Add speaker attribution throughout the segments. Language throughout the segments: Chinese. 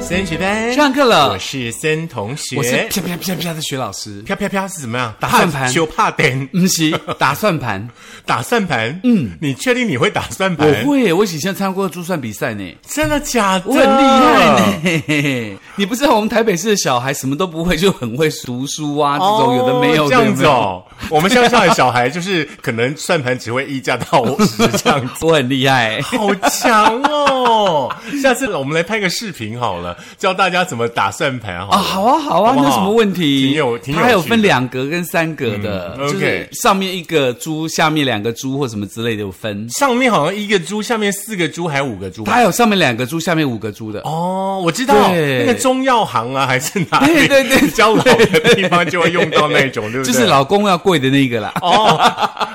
Speaker 1: 森学班
Speaker 2: 上课了
Speaker 1: 我是森同学。
Speaker 2: 啊我是啪啪啪啪的徐老师，
Speaker 1: 飘飘飘是怎么样？打
Speaker 2: 判盘嗯
Speaker 1: 就怕点
Speaker 2: 不是打 算盘，
Speaker 1: 打算盘。嗯，你确定你会打算盘？
Speaker 2: 我会，我以前参加过珠算比赛呢，
Speaker 1: 真的假的？
Speaker 2: 我很厉害呢。 嘿嘿嘿你不知道我们台北市的小孩什么都不会，就很会读书啊，这
Speaker 1: 哦，
Speaker 2: 种有的没有
Speaker 1: 这
Speaker 2: 的有
Speaker 1: 样
Speaker 2: 没
Speaker 1: 子
Speaker 2: 有。
Speaker 1: 哦。我们乡下的小孩就是可能算盘只会议价到十这 样子。
Speaker 2: 我很厉 害，
Speaker 1: 好强哦！下次我们来拍个视频好了，教大家怎么打算盘好了
Speaker 2: 啊，好啊，好啊，
Speaker 1: 不
Speaker 2: 那有什么问题？
Speaker 1: 挺有，挺有趣的。
Speaker 2: 它还有分两格跟三格的，
Speaker 1: 嗯
Speaker 2: 就
Speaker 1: OK
Speaker 2: 是上面一个猪，下面两个猪或什么之类的有分。
Speaker 1: 上面好像一个猪，下面四个猪，还有五个猪吧。
Speaker 2: 它还有上面两个猪，下面五个猪的。
Speaker 1: 哦，我知道
Speaker 2: 对
Speaker 1: 那个中药行啊，还是哪里？
Speaker 2: 对对对
Speaker 1: 比较老的地方就会用到那 种，对不对？
Speaker 2: 就是老公要跪的那个啦，
Speaker 1: 哦，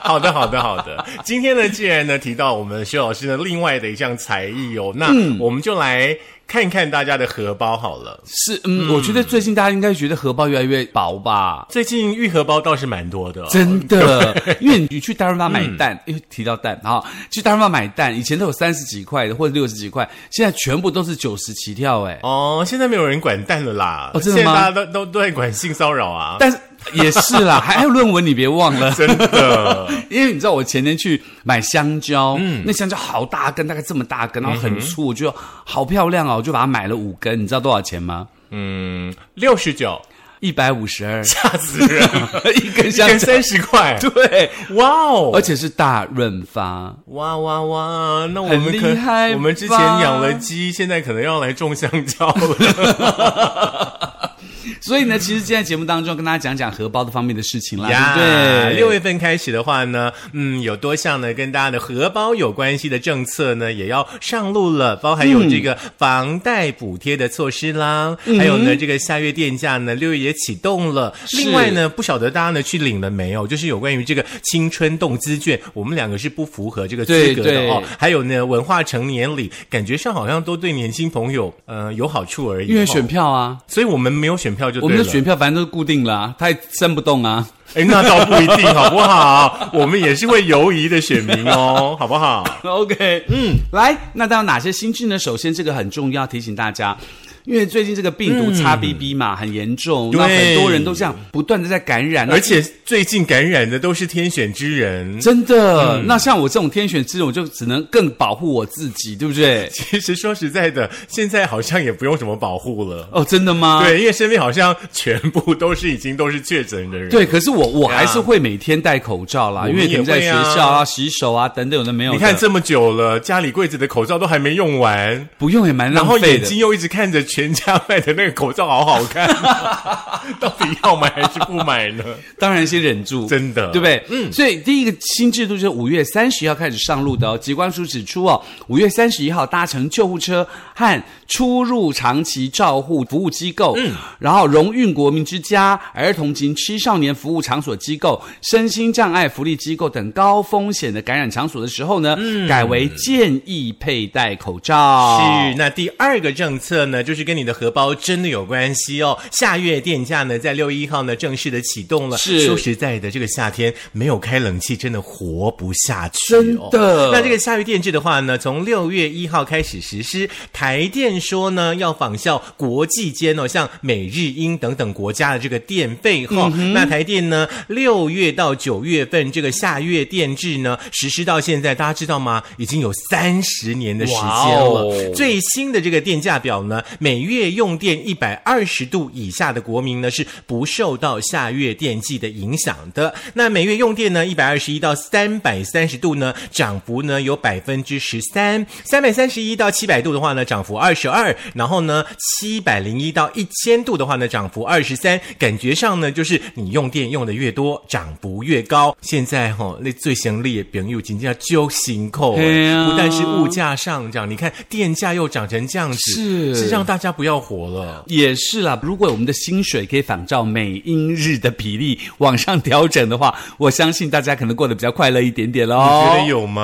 Speaker 1: 好的，好的，好 的。今天呢，既然呢提到我们薛老师的另外的一项才艺哦，那
Speaker 2: 嗯
Speaker 1: 我们就来看看大家的荷包好了。
Speaker 2: 是嗯，我觉得最近大家应该觉得荷包越来越薄吧，
Speaker 1: 最近玉荷包倒是蛮多的哦、
Speaker 2: 真的，因为你去大润发买蛋，又提到蛋哈，去大润发买蛋，以前都有三十几块的或者六十几块，现在全部都是九十起跳哎、
Speaker 1: 哦，现在没有人管蛋了啦，
Speaker 2: 哦真的
Speaker 1: 现在大
Speaker 2: 吗
Speaker 1: 家都都都在管性骚扰啊，
Speaker 2: 但是也是啦，还还有论文，你别忘了。
Speaker 1: 真的。
Speaker 2: 因为你知道，我前天去买香蕉，那香蕉好大根，大概这么大根，然后很粗，我觉得好漂亮哦，我就把它买了五根。你知道多少钱吗？
Speaker 1: 嗯，六十九，
Speaker 2: 一百五十二，
Speaker 1: 吓死人，
Speaker 2: 一根
Speaker 1: 一
Speaker 2: 香
Speaker 1: 根
Speaker 2: 蕉，
Speaker 1: 三十块，
Speaker 2: 对，
Speaker 1: 哇哦！
Speaker 2: 而且是大润发。
Speaker 1: 哇哇哇！那我们
Speaker 2: 很
Speaker 1: 可
Speaker 2: 厉害吧
Speaker 1: 我们之前养了鸡，现在可能要来种香蕉了。
Speaker 2: 所以呢，其实今天节目当中跟大家讲讲荷包的方面的事情啦，
Speaker 1: 呀
Speaker 2: 对不对？
Speaker 1: 六月份开始的话呢，嗯，有多项呢跟大家的荷包有关系的政策呢，也要上路了，包含有这个房贷补贴的措施啦，还有呢这个下月电价呢六月也启动了。
Speaker 2: 嗯是
Speaker 1: 另外呢，不晓得大家呢去领了没有？就是有关于这个青春动资券，我们两个是不符合这个资格的
Speaker 2: 对
Speaker 1: 哦
Speaker 2: 对。
Speaker 1: 还有呢，文化成年礼，感觉上好像都对年轻朋友呃有好处而已、
Speaker 2: 因为
Speaker 1: 哦
Speaker 2: 选，票啊，
Speaker 1: 所以我们没有选票就对了。
Speaker 2: 我们的选票反正都是固定了、啊，它也升不动啊。
Speaker 1: 哎，那倒不一定，好不好？ 我们也是会犹疑的选民哦， 好不好？
Speaker 2: OK，嗯，来，那到哪些心智呢？首先，这个很重要，提醒大家。因为最近这个病毒 XBB 嘛、很严重，那
Speaker 1: 嗯对
Speaker 2: 很多人都这样不断的在感染，
Speaker 1: 而且最近感染的都是天选之人。
Speaker 2: 真的、
Speaker 1: 嗯
Speaker 2: 那像我这种天选之人，我就只能更保护我自己，对不对？
Speaker 1: 其实说实在的，现在好像也不用什么保护了。
Speaker 2: 哦，真的吗？
Speaker 1: 对，因为身边好像全部都是已经都是确诊的人。
Speaker 2: 对，可是我我还
Speaker 1: 对
Speaker 2: 是
Speaker 1: 啊
Speaker 2: 会每天戴口罩啦，
Speaker 1: 我们
Speaker 2: 因为你
Speaker 1: 也
Speaker 2: 在
Speaker 1: 会
Speaker 2: 学
Speaker 1: 啊
Speaker 2: 校啊、洗手啊等等，有的没有的。
Speaker 1: 你看这么久了，家里柜子的口罩都还没用完，
Speaker 2: 不用也蛮
Speaker 1: 然
Speaker 2: 浪
Speaker 1: 后
Speaker 2: 费
Speaker 1: 眼
Speaker 2: 的。
Speaker 1: 睛又一直看着全家卖的那个口罩，好好看， 到底要买还是不买呢？
Speaker 2: 当然先忍住，
Speaker 1: 真的
Speaker 2: 对不对？嗯，所以第一个新制度就是五月三十要开始上路的哦。疾管署指出哦，五月三十一号搭乘救护车和出入长期照护服务机构，嗯，然后荣运国民之家、儿童及青少年服务场所机构、身心障碍福利机构等高风险的感染场所的时候呢，
Speaker 1: 嗯
Speaker 2: 改为建议佩戴口罩。
Speaker 1: 是，那第二个政策呢，就是跟你的荷包真的有关系哦。下月电价呢，在六一号呢正式的启动了。
Speaker 2: 是
Speaker 1: 说实在的，这个夏天没有开冷气，真的活不下去、哦。
Speaker 2: 真的
Speaker 1: 那这个夏日电制的话呢，从六月一号开始实施。台电说呢，要仿效国际间哦，像美日英等等国家的这个电费哈、
Speaker 2: 嗯
Speaker 1: 那台电呢，六月到九月份这个夏月电制呢，实施到现在，大家知道吗？已经有三十年的时间了。
Speaker 2: 哇哦
Speaker 1: 最新的这个电价表呢，每月用电一百二十度以下的国民呢是不受到下月电季的影响的。那每月用电呢一百二十一到三百三十度呢，涨幅呢有百分之十三；三百三十一到七百度的话呢，涨幅二十二；然后呢七百零一到一千度的话呢，涨幅二十三。感觉上呢，就是你用电用的越多，涨幅越高。现在哈、那最行力的朋友真的就辛苦、
Speaker 2: 嘿啊
Speaker 1: 不但是物价。价上涨，你看电价又涨成这样子，
Speaker 2: 是
Speaker 1: 是让大家不要活了。
Speaker 2: 也是啦，如果我们的薪水可以仿照美英日的比例往上调整的话，我相信大家可能过得比较快乐一点点喽。
Speaker 1: 你觉得有吗？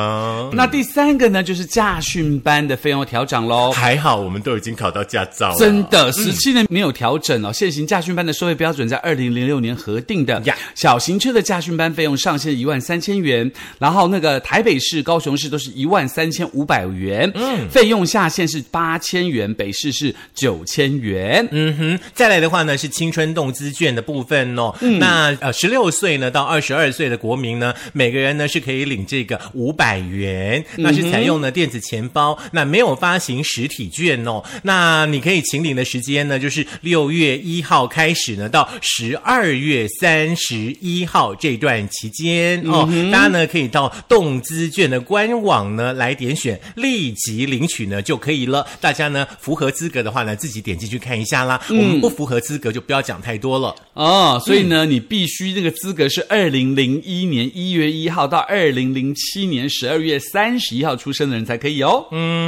Speaker 2: 哦那第三个呢，就是驾训班的费用调整喽。
Speaker 1: 还好，嗯我们都已经考到驾照了。
Speaker 2: 真的，十七年没有调整哦。现行驾训班的收费标准在二零零六年核定的
Speaker 1: 呀
Speaker 2: 小型车的驾训班费用上限一万三千元，然后那个台北市、高雄市都是一万三千五百元，嗯，费用下限是八千元，北市是九千元。
Speaker 1: 嗯哼，再来的话呢是青春动资券的部分哦。
Speaker 2: 嗯
Speaker 1: 那呃，十六岁呢到二十二岁的国民呢，每个人呢是可以领这个五百元，
Speaker 2: 嗯
Speaker 1: 那是采用呢电子钱包，那没有发行实体券哦。那你可以请领的时间呢，就是六月一号开始呢到十二月三十一号这段期间哦。大家呢可以到动资券的官网呢来点选立即领取呢就可以了。大家呢符合资格的话呢，自己点进去看一下啦。我们不符合资格就不要讲太多了。
Speaker 2: 哦，所以呢，你必须这个资格是二零零一年一月一号到二零零七年十二月三十一号出生的人才可以哦。
Speaker 1: 嗯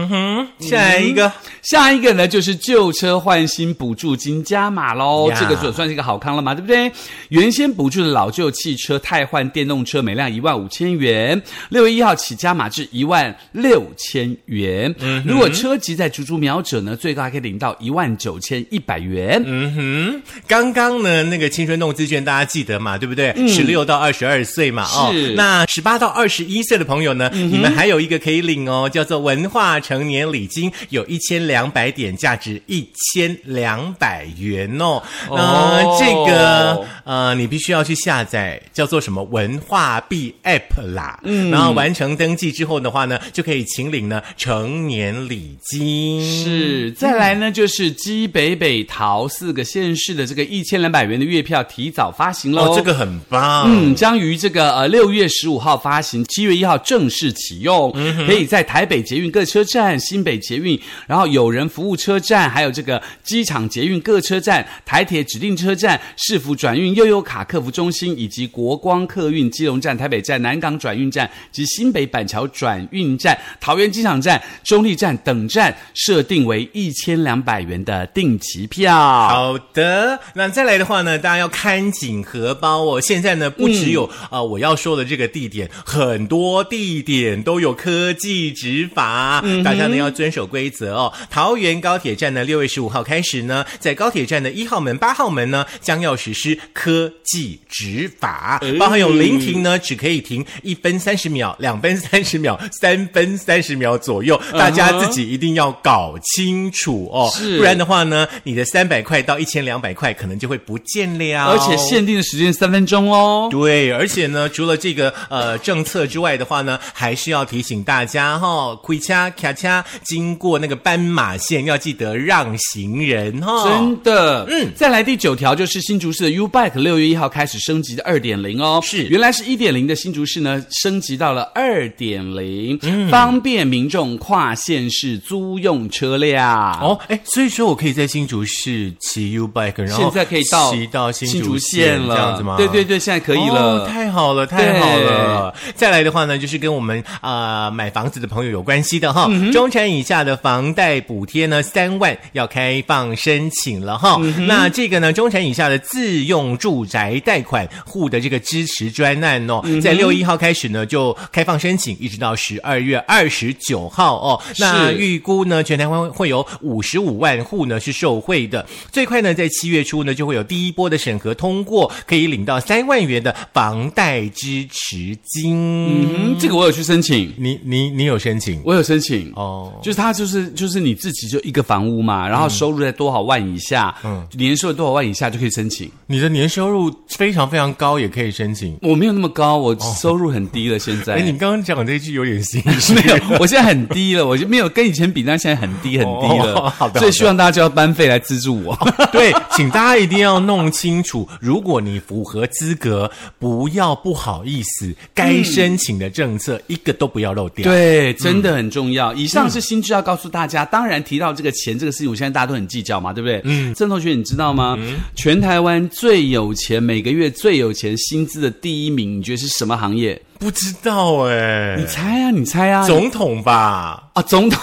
Speaker 1: 下来一个，
Speaker 2: 下一个呢，就是旧车换新补助金加码喽
Speaker 1: 呀
Speaker 2: 这个准算是一个好康了嘛，对不对？原先补助的老旧汽车汰换电动车每辆一万五千元，六月一号起加码至一万六千元。如果车籍在竹竹苗者呢，最高还可以领到一万九千一百元。
Speaker 1: 嗯哼，刚刚呢那个青春动资券大家记得嘛，对不对？十六到二十二岁嘛，哦
Speaker 2: 嗯是，嗯
Speaker 1: 那十八到二十一岁的朋友呢，你们还有一个可以领哦，叫做文化成年礼金，有一千两百点，价值一千两百元哦。那、
Speaker 2: 哦
Speaker 1: 这个呃，你必须要去下载叫做什么文化币 App 啦，嗯，然后完成登记之后的话呢，就可以请领呢成年礼金，
Speaker 2: 是，再来呢，就是基北北桃四个县市的这个一千两百元的月票提早发行
Speaker 1: 哦，
Speaker 2: 喽、
Speaker 1: 这。个很棒，
Speaker 2: 嗯，将于这个呃六月十五号发行，七月一号正式启用。可以在台北捷运各车站、新北捷运，然后有人服务车站，还有这个机场捷运各车站、台铁指定车站、市府转运悠悠卡客服中心以及国光客运基隆站、台北站、南港转运站及新北板桥转运站、桃园机场站、中立站等站设定为一千两百元的定期票。
Speaker 1: 好的，那再来的话呢，大家要看紧荷包哦。现在呢，不只有啊、呃我要说的这个地点，很多地点都有科技执法，大家呢要遵守规则哦。桃园高铁站呢，六月十五号开始呢，在高铁站的一号门、八号门呢，将要实施科技执法，包含有临停呢，只可以停一分三十秒、两分三十秒、三分三十秒左右，大家
Speaker 2: 嗯
Speaker 1: 自
Speaker 2: 哼
Speaker 1: 己一定要搞清楚哦，
Speaker 2: 是
Speaker 1: 不然的话呢，你的三百块到一千两百块可能就会不见了，
Speaker 2: 而且限定的时间三分钟哦。
Speaker 1: 对，而且呢，除了这个呃政策之外的话呢，还是要提醒大家哈、哦，亏掐卡掐，经过那个斑马线要记得让行人哈、哦。
Speaker 2: 真的，嗯，再来第九条就是新竹市的 U Bike 六月一号开始升级的二点零哦，
Speaker 1: 是
Speaker 2: 原来是一点零的新竹市呢，升级到了二点零，
Speaker 1: 嗯
Speaker 2: 方便民众跨县市租用车辆。
Speaker 1: 哦，哎，所以说我可以在新竹市骑 U bike，然后
Speaker 2: 现在可以到
Speaker 1: 骑到新
Speaker 2: 竹
Speaker 1: 县
Speaker 2: 了，
Speaker 1: 这样子吗？
Speaker 2: 对对对，现在可
Speaker 1: 可
Speaker 2: 以了。
Speaker 1: 哦太好了，太好了！再来的话呢，就是跟我们啊、呃买房子的朋友有关系的哈。中产以下的房贷补贴呢，三万要开放申请了哈。那这个呢，中产以下的自用住宅贷款户的这个支持专案哦，在六一号开始呢就开放申请，一直到十二月二十九号哦。那
Speaker 2: 是
Speaker 1: 预估呢，全台湾会有五十五万户呢是受惠的，最快呢在七月初呢就会有第一波的审核通过，可以领到三万元的房贷支持金。
Speaker 2: 嗯，这个我有去申请，
Speaker 1: 你你你有申请
Speaker 2: 我有申请。
Speaker 1: 哦？
Speaker 2: 就是他，就是就是你自己就一个房屋嘛，然后收入在多少万以下，嗯，年收入多少万以下就可以申请。
Speaker 1: 你的年收入非常非常高，也可以申请。
Speaker 2: 我没有那么高，我收入很低了，现在。
Speaker 1: 哦 哎，你刚刚讲这句有点心虚。
Speaker 2: 没有，我现在很低了，我就没有跟以前比，但现在很低很低了。
Speaker 1: 哦好的
Speaker 2: 所以希望大家交班费来资助 我。
Speaker 1: 对，请大家一定要弄清楚，如果你符合资格，不要不好意思，该申请的政策一个都不要漏掉。
Speaker 2: 对，真的很重
Speaker 1: 嗯
Speaker 2: 要。以上是新知要告诉大家。当然，提到这个钱这个事情，我现在大家都很计较嘛，对不对？嗯，郑同学，你知道吗？
Speaker 1: 嗯
Speaker 2: 全台湾最有钱，每个月最有钱薪资的第一名，你觉得是什么行业？
Speaker 1: 不知道哎、
Speaker 2: 你猜啊，你猜啊，
Speaker 1: 总统吧？
Speaker 2: 啊 总统，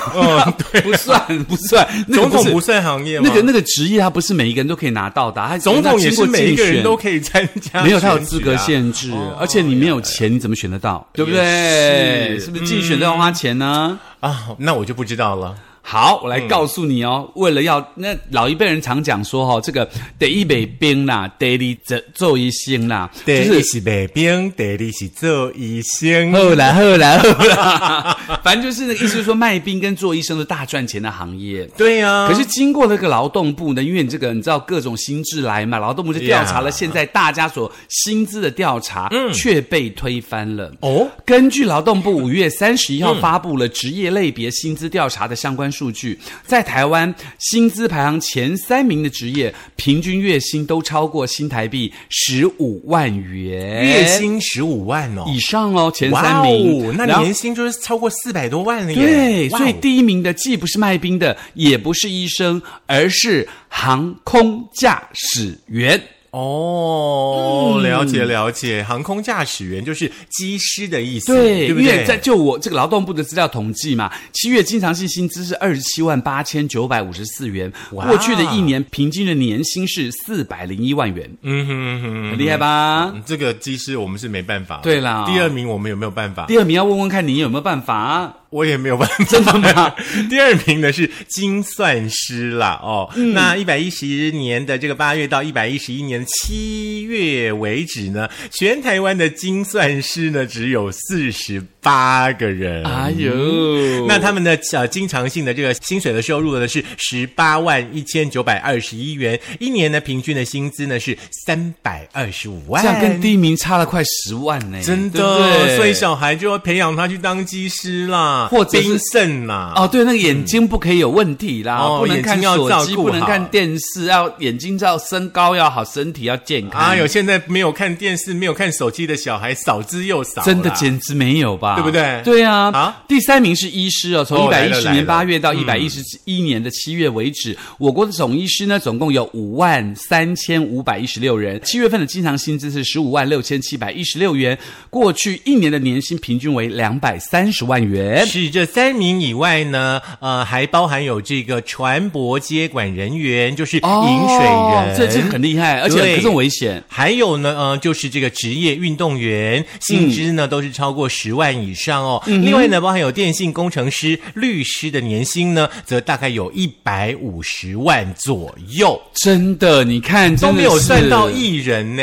Speaker 2: 不算不算，那个
Speaker 1: 总
Speaker 2: 不
Speaker 1: 统
Speaker 2: 是
Speaker 1: 不算行业吗？
Speaker 2: 那个那个职业，他不是每一个人都可以拿到的啊，他
Speaker 1: 总统也是每一个人都
Speaker 2: 以。
Speaker 1: 可以参加、啊
Speaker 2: 没有，他有资格。限制，而且你没有钱，你怎么选得到？对不对？
Speaker 1: 是
Speaker 2: 是不是竞选都要花钱呢？
Speaker 1: 啊，那我就不知道了。
Speaker 2: 好，我来告诉你哦。为了要那老一辈人常讲说哦，这个得一北兵啦，得你做做医生啦，就
Speaker 1: 第一
Speaker 2: 是
Speaker 1: 是卖冰，第二是做医生。
Speaker 2: 后来后来后来， 反正就是那个意思，说卖兵跟做医生是大赚钱的行业。
Speaker 1: 对呀、啊，
Speaker 2: 可是经过那个劳动部呢，因为你这个你知道各种新制来嘛，劳动部就调查了
Speaker 1: Yeah
Speaker 2: 现在大家所薪资的调查，却被推翻了。
Speaker 1: 哦，
Speaker 2: 根据劳动部五月三十一
Speaker 1: 嗯
Speaker 2: 号发布了职业类别薪资调查的相关数据，在台湾薪资排行前三名的职业，平均月薪都超过新台币十五万元
Speaker 1: 月薪十五万哦，
Speaker 2: 哎以上哦，前
Speaker 1: 哇
Speaker 2: 三名
Speaker 1: 哦，，那
Speaker 2: 然后
Speaker 1: 年薪就是超过四百多万了耶。
Speaker 2: 对，
Speaker 1: 哇哦
Speaker 2: 所以第一名的既不是卖冰的，也不是医生，而是航空驾驶员。嗯
Speaker 1: 哦，了解了解，航空驾驶员就是机师的意思，对不
Speaker 2: 因为
Speaker 1: 对？
Speaker 2: 在就我这个劳动部的资料统计嘛，七月经常性薪资是二十七万八千九百五十四元，
Speaker 1: 哇
Speaker 2: 过去的一年平均的年薪是四百零一万元，
Speaker 1: 嗯哼哼嗯
Speaker 2: 很厉害吧？
Speaker 1: 哼，这个机师我们是没办法。
Speaker 2: 对啦
Speaker 1: 第二名我们有没有办法？
Speaker 2: 第二名要问问看你有没有办法、啊。
Speaker 1: 我也没有办法。
Speaker 2: 真的吗？
Speaker 1: 第二名呢是精算师啦，哦，
Speaker 2: 嗯
Speaker 1: 那一百一十年的这个八月到一百一十一年七月为止呢，全台湾的精算师呢只有四十八个人。
Speaker 2: 哎呦，
Speaker 1: 嗯那他们的呃经常性的这个薪水的收入呢是十八万一千九百二十一元，一年呢平均的薪资呢是三百二十五万，
Speaker 2: 这样跟第一名差了快十万呢、
Speaker 1: 真的，
Speaker 2: 对不对
Speaker 1: 所以小孩就要培养他去当技师啦，
Speaker 2: 或者是
Speaker 1: 兵圣啦。
Speaker 2: 哦，对，那个眼睛不可以有问题啦，
Speaker 1: 哦
Speaker 2: 不能看
Speaker 1: 眼睛要
Speaker 2: 手
Speaker 1: 照
Speaker 2: 机，
Speaker 1: 顾
Speaker 2: 不能
Speaker 1: 好
Speaker 2: 看电视，要眼睛要身高要好，身体要健康。
Speaker 1: 啊，有现在没有看电视、没有看手机的小孩，少之又少啦，
Speaker 2: 真的简直没有吧？
Speaker 1: 对不对
Speaker 2: 对啊。
Speaker 1: 啊
Speaker 2: 第三名是医师哦，从一
Speaker 1: 哦
Speaker 2: 百
Speaker 1: 来
Speaker 2: 一
Speaker 1: 了
Speaker 2: 十
Speaker 1: 来
Speaker 2: 年
Speaker 1: 了
Speaker 2: 八月到一百一十一年的七月为止，我国的总医师呢，总共有五万三千五百一十六人。七月份的经常薪资是十五万六千七百一十六元，过去一年的年薪平均为两百三十万元。
Speaker 1: 是这三名以外呢，呃，还包含有这个船舶接管人员，就是饮水人，
Speaker 2: 哦这这很厉害，而且
Speaker 1: 哦对
Speaker 2: 可是很危险。
Speaker 1: 还有呢，呃，就是这个职业运动员，薪资呢、都是超过十万以上哦。
Speaker 2: 嗯
Speaker 1: 另外呢，包含有电信工程师、律师的年薪呢，则大概有一百五十万左右，
Speaker 2: 真的，你看
Speaker 1: 都没有算到
Speaker 2: 一，
Speaker 1: 艺人呢、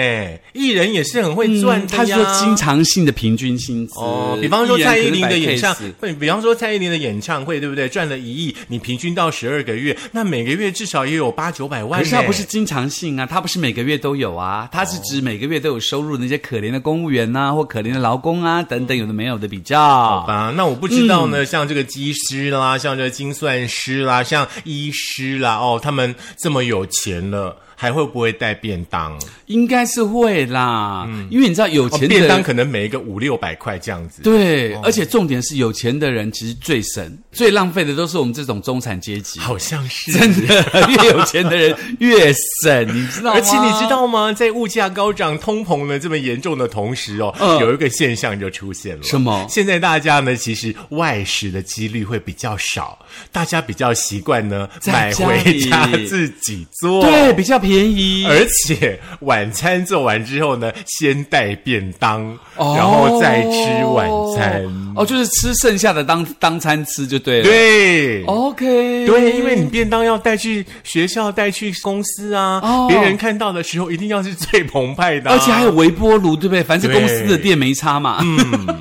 Speaker 1: 艺人也是很会赚的呀。
Speaker 2: 他嗯说经常性的平均薪资
Speaker 1: 哦，比方说蔡依林的演唱
Speaker 2: 艺人可能是百 case，
Speaker 1: 会，比方说蔡依林的演唱会，对不对？赚了一亿，你平均到十二个月，那每个月至少也有八九百万、
Speaker 2: 可
Speaker 1: 呢。
Speaker 2: 是他不是经常性啊，他不是每个月都有
Speaker 1: 哦
Speaker 2: 啊，他是指每个月都有收入的那些可怜的公务员呐、或可怜的劳工啊等等，有的没有的比较。
Speaker 1: 啊，那我不知道
Speaker 2: 嗯
Speaker 1: 呢，像这个技师啦，像这个精算师啦，像医师啦，哦，他们这么有钱了，还会不会带便当？
Speaker 2: 应该是会啦，因为你知道有
Speaker 1: 哦、
Speaker 2: 钱的
Speaker 1: 便
Speaker 2: 人、
Speaker 1: 当可哦能每一个五六百块这样子。
Speaker 2: 对，而且重点是有钱的人其实最省、最浪费的都是我们这种中产阶级。
Speaker 1: 好像是
Speaker 2: 真的，越有钱的人越省，你知道吗？
Speaker 1: 而且你知道吗？在物价高涨、通膨的这么严重的同时哦，
Speaker 2: 嗯
Speaker 1: 有一个现象就出现了。
Speaker 2: 什么
Speaker 1: 现在大家呢，其实外食的几率会比较少，大家比较习惯呢
Speaker 2: 在
Speaker 1: 买
Speaker 2: 家
Speaker 1: 回
Speaker 2: 里
Speaker 1: 家自己做。
Speaker 2: 对，比较便宜。
Speaker 1: 而且晚餐做完之后呢，先带便当，
Speaker 2: 哦
Speaker 1: 然后再吃晚餐。
Speaker 2: 哦，就是吃剩下的当当餐吃就对了。哦
Speaker 1: 对。
Speaker 2: ，OK，
Speaker 1: 对，因为你便当要带去学校、带去公司啊，
Speaker 2: 哦
Speaker 1: 别人看到的时候一定要是最澎湃的啊、
Speaker 2: 而且还有微波炉，对不对？反正
Speaker 1: 对
Speaker 2: 公司的店没差嘛。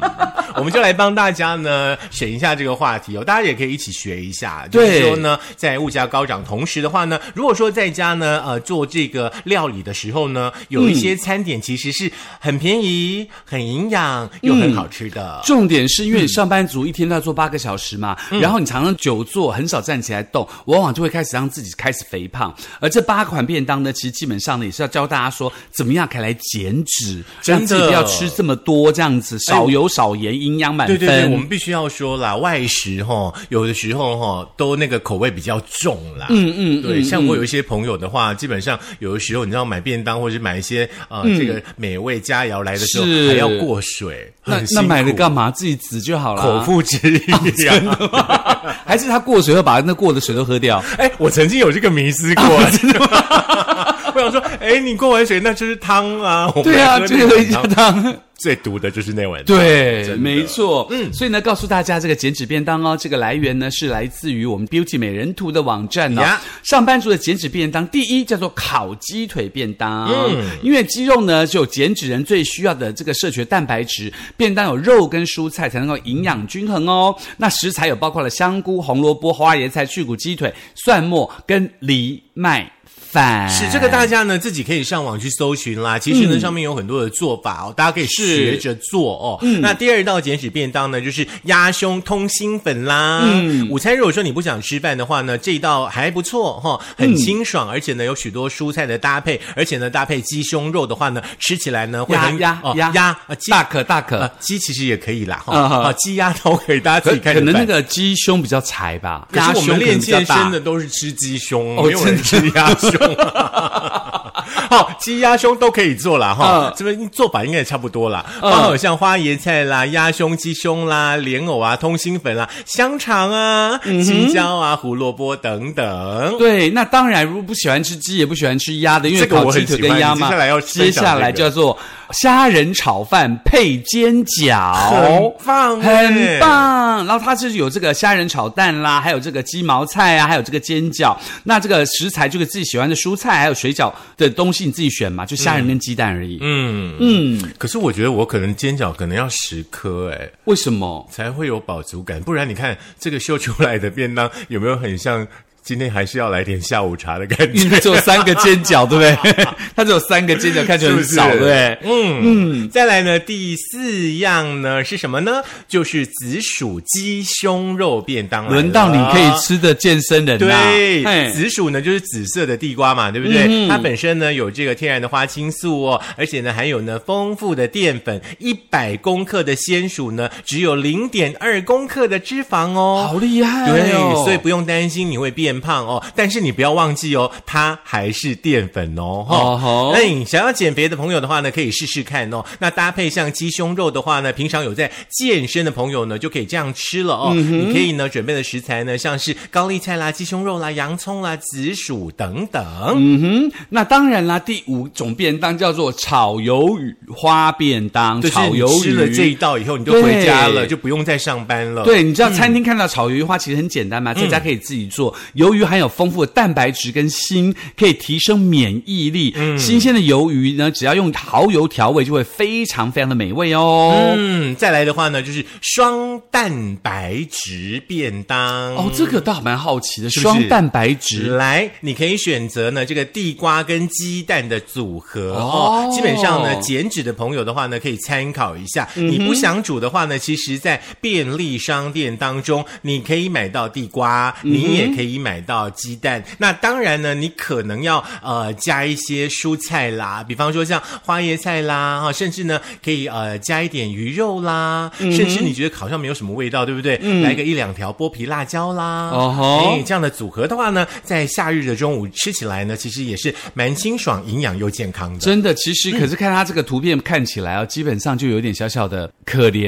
Speaker 1: 我们就来帮大家呢选一下这个话题哦，大家也可以一起学一下。就
Speaker 2: 对
Speaker 1: 是说呢，在物价高涨同时的话呢，如果说在家呢呃做这个料理的时候呢，有一些餐点其实是很便宜、很营养又很好吃的。
Speaker 2: 重点是因为你上班族一天都要做八个小时嘛，
Speaker 1: 嗯
Speaker 2: 然后你常常久坐，很少站起来动，往往就会开始让自己开始肥胖。而这八款便当呢，其实基本上呢也是要教大家说怎么样可以来减脂，
Speaker 1: 真的
Speaker 2: 让自己不要吃这么多，这样子少油少盐，营养满
Speaker 1: 对
Speaker 2: 分。
Speaker 1: 对对，我们必须要说啦，外食哈，有的时候哈，都那个口味比较重啦。嗯嗯，对，像我有一些朋友的话，基本上有的时候你知道买便当或者是买一些呃这个美味佳肴来的时候，
Speaker 2: 是
Speaker 1: 还要过水，
Speaker 2: 那
Speaker 1: 很辛
Speaker 2: 那
Speaker 1: 苦
Speaker 2: 买了干嘛？自己煮就好了。
Speaker 1: 口腹之 欲啊呀。
Speaker 2: 还是他过水会把那过的水都 喝掉？
Speaker 1: 哎，我曾经有这个迷思 过，真的吗？ 我想说，哎，你过完水那就是汤啊，我们
Speaker 2: 对啊，
Speaker 1: 喝
Speaker 2: 就
Speaker 1: 那
Speaker 2: 喝
Speaker 1: 碗
Speaker 2: 一下
Speaker 1: 汤
Speaker 2: 汤。
Speaker 1: 最毒的就是那碗汤。
Speaker 2: 对，
Speaker 1: 真的
Speaker 2: 没错，嗯，所以呢，告诉大家这个减脂便当哦，这个来源呢是来自于我们 Beauty 美人图的网站哦
Speaker 1: 呀。
Speaker 2: 上班族的减脂便当，第一叫做烤鸡腿便当，嗯，因为鸡肉呢是有减脂人最需要的这个摄取的蛋白质，便当有肉跟蔬菜才能够营养均衡哦。那食材有包括了香菇、红萝卜、花椰菜、去骨鸡腿、蒜末跟藜麦饭。
Speaker 1: 是这个，大家呢自己可以上网去搜寻啦。其实呢，上面有很多的做法
Speaker 2: 嗯
Speaker 1: 哦，大家可以学着做哦。那第二道减脂便当呢，就是鸭胸通心粉啦。嗯，午餐如果说你不想吃饭的话呢，这一道还不错哈、很清
Speaker 2: 嗯
Speaker 1: 爽，而且呢有许多蔬菜的搭配，而且呢搭配鸡胸肉的话呢，吃起来呢会
Speaker 2: 鸭
Speaker 1: 很
Speaker 2: 鸭
Speaker 1: 哦
Speaker 2: 鸭
Speaker 1: 鸭啊鸡
Speaker 2: 大可大可。
Speaker 1: 啊鸡其实也可以啦哈，
Speaker 2: 啊哈
Speaker 1: 啊鸡鸭都可以，大家自
Speaker 2: 可
Speaker 1: 己看
Speaker 2: 可
Speaker 1: 着
Speaker 2: 能那
Speaker 1: 办。
Speaker 2: 个鸡胸比较柴吧，
Speaker 1: 可是我们练健身
Speaker 2: 的
Speaker 1: 的都是吃鸡胸，
Speaker 2: 哦
Speaker 1: 没有人吃鸭胸。 好，鸡鸭胸都可以做啦，哈
Speaker 2: 嗯，
Speaker 1: 这边做法应该也差不多啦。包括像花椰菜啦、鸭胸、鸡胸啦、莲藕啊、通心粉啦、香肠啊、青椒啊、胡萝卜等等。
Speaker 2: 对，那当然，如果不喜欢吃鸡，也不喜欢吃鸭的，因为
Speaker 1: 这个
Speaker 2: 烤
Speaker 1: 我
Speaker 2: 鸡
Speaker 1: 很
Speaker 2: 腿
Speaker 1: 喜
Speaker 2: 跟
Speaker 1: 欢
Speaker 2: 鸭
Speaker 1: 你
Speaker 2: 嘛。
Speaker 1: 接下来要分享
Speaker 2: 接下来
Speaker 1: 这个
Speaker 2: 叫做虾仁炒饭配煎饺，
Speaker 1: 很棒
Speaker 2: 很
Speaker 1: 欸
Speaker 2: 棒。然后它是有这个虾仁炒蛋啦，还有这个鸡毛菜啊，还有这个煎饺。那这个食材就是自己喜欢的蔬菜，还有水饺的东西你自己选嘛，就虾仁跟鸡蛋而已。
Speaker 1: 嗯，
Speaker 2: 嗯，
Speaker 1: 可是我觉得我可能煎饺可能要十颗哎、
Speaker 2: 为什么？
Speaker 1: 才会有饱足感，不然你看这个秀出来的便当有没有很像今天还是要来点下午茶的感觉？
Speaker 2: 因为只有三个煎饺，对不对？它只有三个煎 饺，看起来
Speaker 1: 是不
Speaker 2: 很
Speaker 1: 是
Speaker 2: 少，对不对？
Speaker 1: 嗯嗯，再来呢，第四样呢是什么呢？就是紫薯鸡胸肉便当来了。
Speaker 2: 轮到你可以吃的健身人啦、
Speaker 1: 对，
Speaker 2: 嘿嗯
Speaker 1: 紫薯呢就是紫色的地瓜嘛，对不对？它本身呢有这个天然的花青素哦，而且呢含有呢丰富的淀粉，一百公克的鲜薯呢只有零点二公克的脂肪哦，
Speaker 2: 好厉害、哦，
Speaker 1: 对，所以不用担心你会变胖哦，但是你不要忘记哦，它还是淀粉哦。哈
Speaker 2: 哦吼
Speaker 1: 那你想要减肥的朋友的话呢，可以试试看哦。那搭配像鸡胸肉的话呢，平常有在健身的朋友呢，就可以这样吃了
Speaker 2: 嗯
Speaker 1: 哦。你可以呢准备的食材呢，像是高丽菜啦、鸡胸肉啦、洋葱啦、紫薯等等。
Speaker 2: 嗯哼，那当然啦，第五种便当叫做炒鱿鱼花便当，
Speaker 1: 就是
Speaker 2: 炒
Speaker 1: 你
Speaker 2: 鱿
Speaker 1: 吃了这一
Speaker 2: 鱼。
Speaker 1: 道以后，你就回家了，
Speaker 2: 对
Speaker 1: 就不用再上班了。。
Speaker 2: 对，你知道餐厅看到炒鱿鱼花其实很简单嘛，在家可以自己做。鱿鱼含有丰富的蛋白质跟锌，可以提升免疫力。新鲜的鱿鱼呢，只要用蚝油调味，就会非常非常的美味哦。
Speaker 1: 嗯，再来的话呢，就是双蛋白质便当
Speaker 2: 哦，这个倒蛮好奇的，
Speaker 1: 是不是
Speaker 2: 双蛋白质
Speaker 1: 来，你可以选择呢这个地瓜跟鸡蛋的组合哦。
Speaker 2: 哦
Speaker 1: 基本上呢，减脂的朋友的话呢，可以参考一下。
Speaker 2: 嗯
Speaker 1: 你不想煮的话呢，其实在便利商店当中，你可以买到地瓜，
Speaker 2: 嗯
Speaker 1: 你也可以买到鸡蛋。那当然呢，你可能要呃加一些蔬菜啦，比方说像花椰菜啦，哈，甚至呢可以呃加一点鱼肉啦，
Speaker 2: 嗯
Speaker 1: 甚至你觉得烤上没有什么味道，对不对？来个一两条剥皮辣椒啦，
Speaker 2: 哦吼
Speaker 1: 哎这样的组合的话呢，在夏日的中午吃起来呢，其实也是蛮清爽、营养又健康的。
Speaker 2: 真的，其实可是看它这个图片看起来哦，基本上就有点小小的可怜。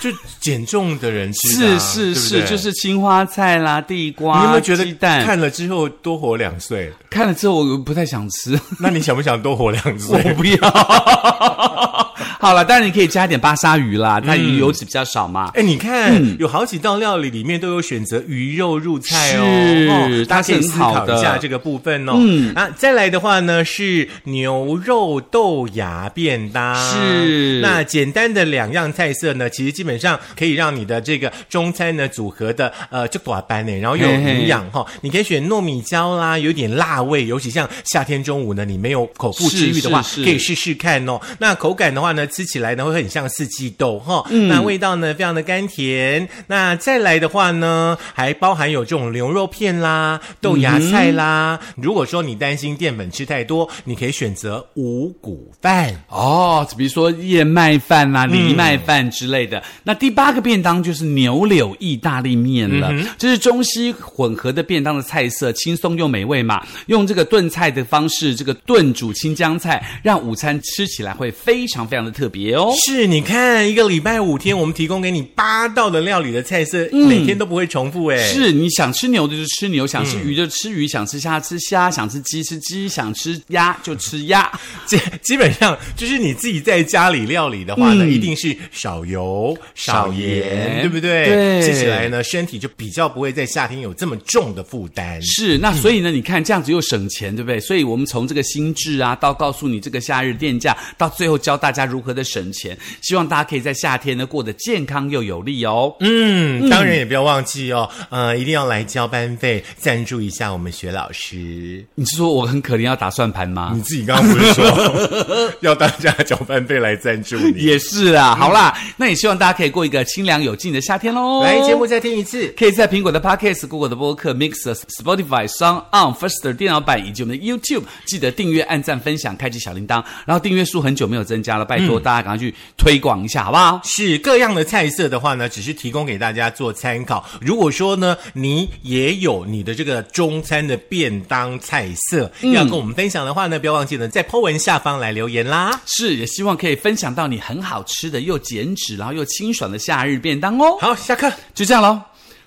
Speaker 1: 就减重的人吃的
Speaker 2: 是
Speaker 1: 啊
Speaker 2: 是
Speaker 1: 对不
Speaker 2: 是，
Speaker 1: 对
Speaker 2: 就是青花菜啦、地瓜，
Speaker 1: 你有没有觉得
Speaker 2: 鸡蛋？
Speaker 1: 看了之后多活两岁？
Speaker 2: 看了之后，我不太想吃，
Speaker 1: 那你想不想多活两
Speaker 2: 我
Speaker 1: 岁？
Speaker 2: 不要。 好了，当然你可以加点巴沙鱼
Speaker 1: 嗯
Speaker 2: 啦，它鱼油脂比较少嘛。
Speaker 1: 哎，你看、
Speaker 2: 嗯
Speaker 1: 有好几道料理里面都有选择鱼肉入菜哦，
Speaker 2: 是
Speaker 1: 哦大
Speaker 2: 它
Speaker 1: 家可以
Speaker 2: 是
Speaker 1: 思
Speaker 2: 很好
Speaker 1: 考
Speaker 2: 的嗯
Speaker 1: 一下这个部分哦。啊，再来的话呢是牛肉豆芽便当，
Speaker 2: 是
Speaker 1: 那简单的两样菜色呢，其实基本上可以让你的这个中餐呢组合的呃就寡班呢，然后又有
Speaker 2: 嘿嘿
Speaker 1: 营养哈、你可以选糯米椒啦，有点辣味，尤其像夏天中午呢，你没有口腹之欲的话，
Speaker 2: 是是是
Speaker 1: 可以试试看哦。那口感的话。话呢，吃起来呢会很像四季豆哈。
Speaker 2: 嗯
Speaker 1: 那味道呢非常的甘甜。那再来的话呢，还包含有这种牛肉片啦、豆芽菜
Speaker 2: 嗯
Speaker 1: 啦。如果说你担心淀粉吃太多，你可以选择五谷饭。
Speaker 2: 哦，比如说燕麦饭
Speaker 1: 嗯
Speaker 2: 啦、藜麦饭之类的。那第八个便当就是牛柳意大利面了，
Speaker 1: 嗯
Speaker 2: 这是中西混合的便当的菜色，轻松又美味嘛。用这个炖菜的方式，这个炖煮青江菜，让午餐吃起来会非常非常的特别哦。
Speaker 1: 是，你看一个礼拜五天，我们提供给你八道的料理的菜色，每天都不会重复哎。。
Speaker 2: 嗯是你想吃牛的就吃牛，想吃鱼就吃鱼，想吃虾吃虾，想吃鸡吃鸡，想吃鸭就吃鸭。
Speaker 1: 基基本上就是你自己在家里料理的话呢，
Speaker 2: 嗯
Speaker 1: 一定是少油
Speaker 2: 少
Speaker 1: 少
Speaker 2: 盐
Speaker 1: 盐，对不对？
Speaker 2: 对
Speaker 1: 吃起来呢，身体就比较不会在夏天有这么重的负担。
Speaker 2: 是，那所以呢，你看这样子又省钱，对不对？所以我们从这个心智啊，到告诉你这个夏日电价，到最后教大家如何的省钱，希望大家可以在夏天呢过得健康又有力哦。
Speaker 1: 嗯，当然也不要忘记哦，呃，一定要来交班费，赞助一下我们学老师。
Speaker 2: 你是说我很可怜要打算盘吗
Speaker 1: 你？自己刚刚不是说 要大家交班费来赞助 你？
Speaker 2: 也是啊，好啦，那也希望大家可以过一个清凉有劲的夏天喽。
Speaker 1: 来，节目再听一次。
Speaker 2: 可以在苹果的 Podcast、Google 的播客、Mixer、Spotify、s o n On、Firster 电脑版以及我们的 YouTube，记得订阅、按赞、分享、开启小铃铛。然后订阅数很久没有增加了，拜托大家赶快去推广一下，好不好？
Speaker 1: 是各样的菜色的话呢，只是提供给大家做参考。如果说呢，你也有你的这个中餐的便当菜色、要跟我们分享的话呢，不要忘记呢，在 po 文下方来留言啦。
Speaker 2: 是，也希望可以分享到你很好吃的、又减脂然后又清爽的夏日便当哦。
Speaker 1: 好，下课。
Speaker 2: 就这样喽。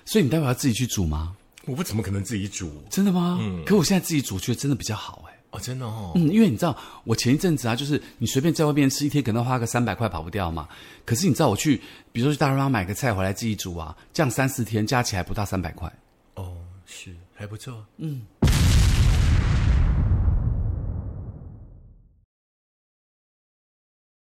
Speaker 2: 所以你待会要自己去煮吗？
Speaker 1: 我不怎么可能自己煮
Speaker 2: 真的吗？可我现在自己煮觉得真的比较好哎。
Speaker 1: 哦，真的哦。
Speaker 2: 嗯，因为你知道，我前一阵子啊，就是你随便在外面吃一天，可能花个三百块跑不掉嘛。可是你知道，我去，比如说去大润发买个菜回来自己煮啊，这样三四天加起来不到三百块。
Speaker 1: 哦，是还不错。嗯，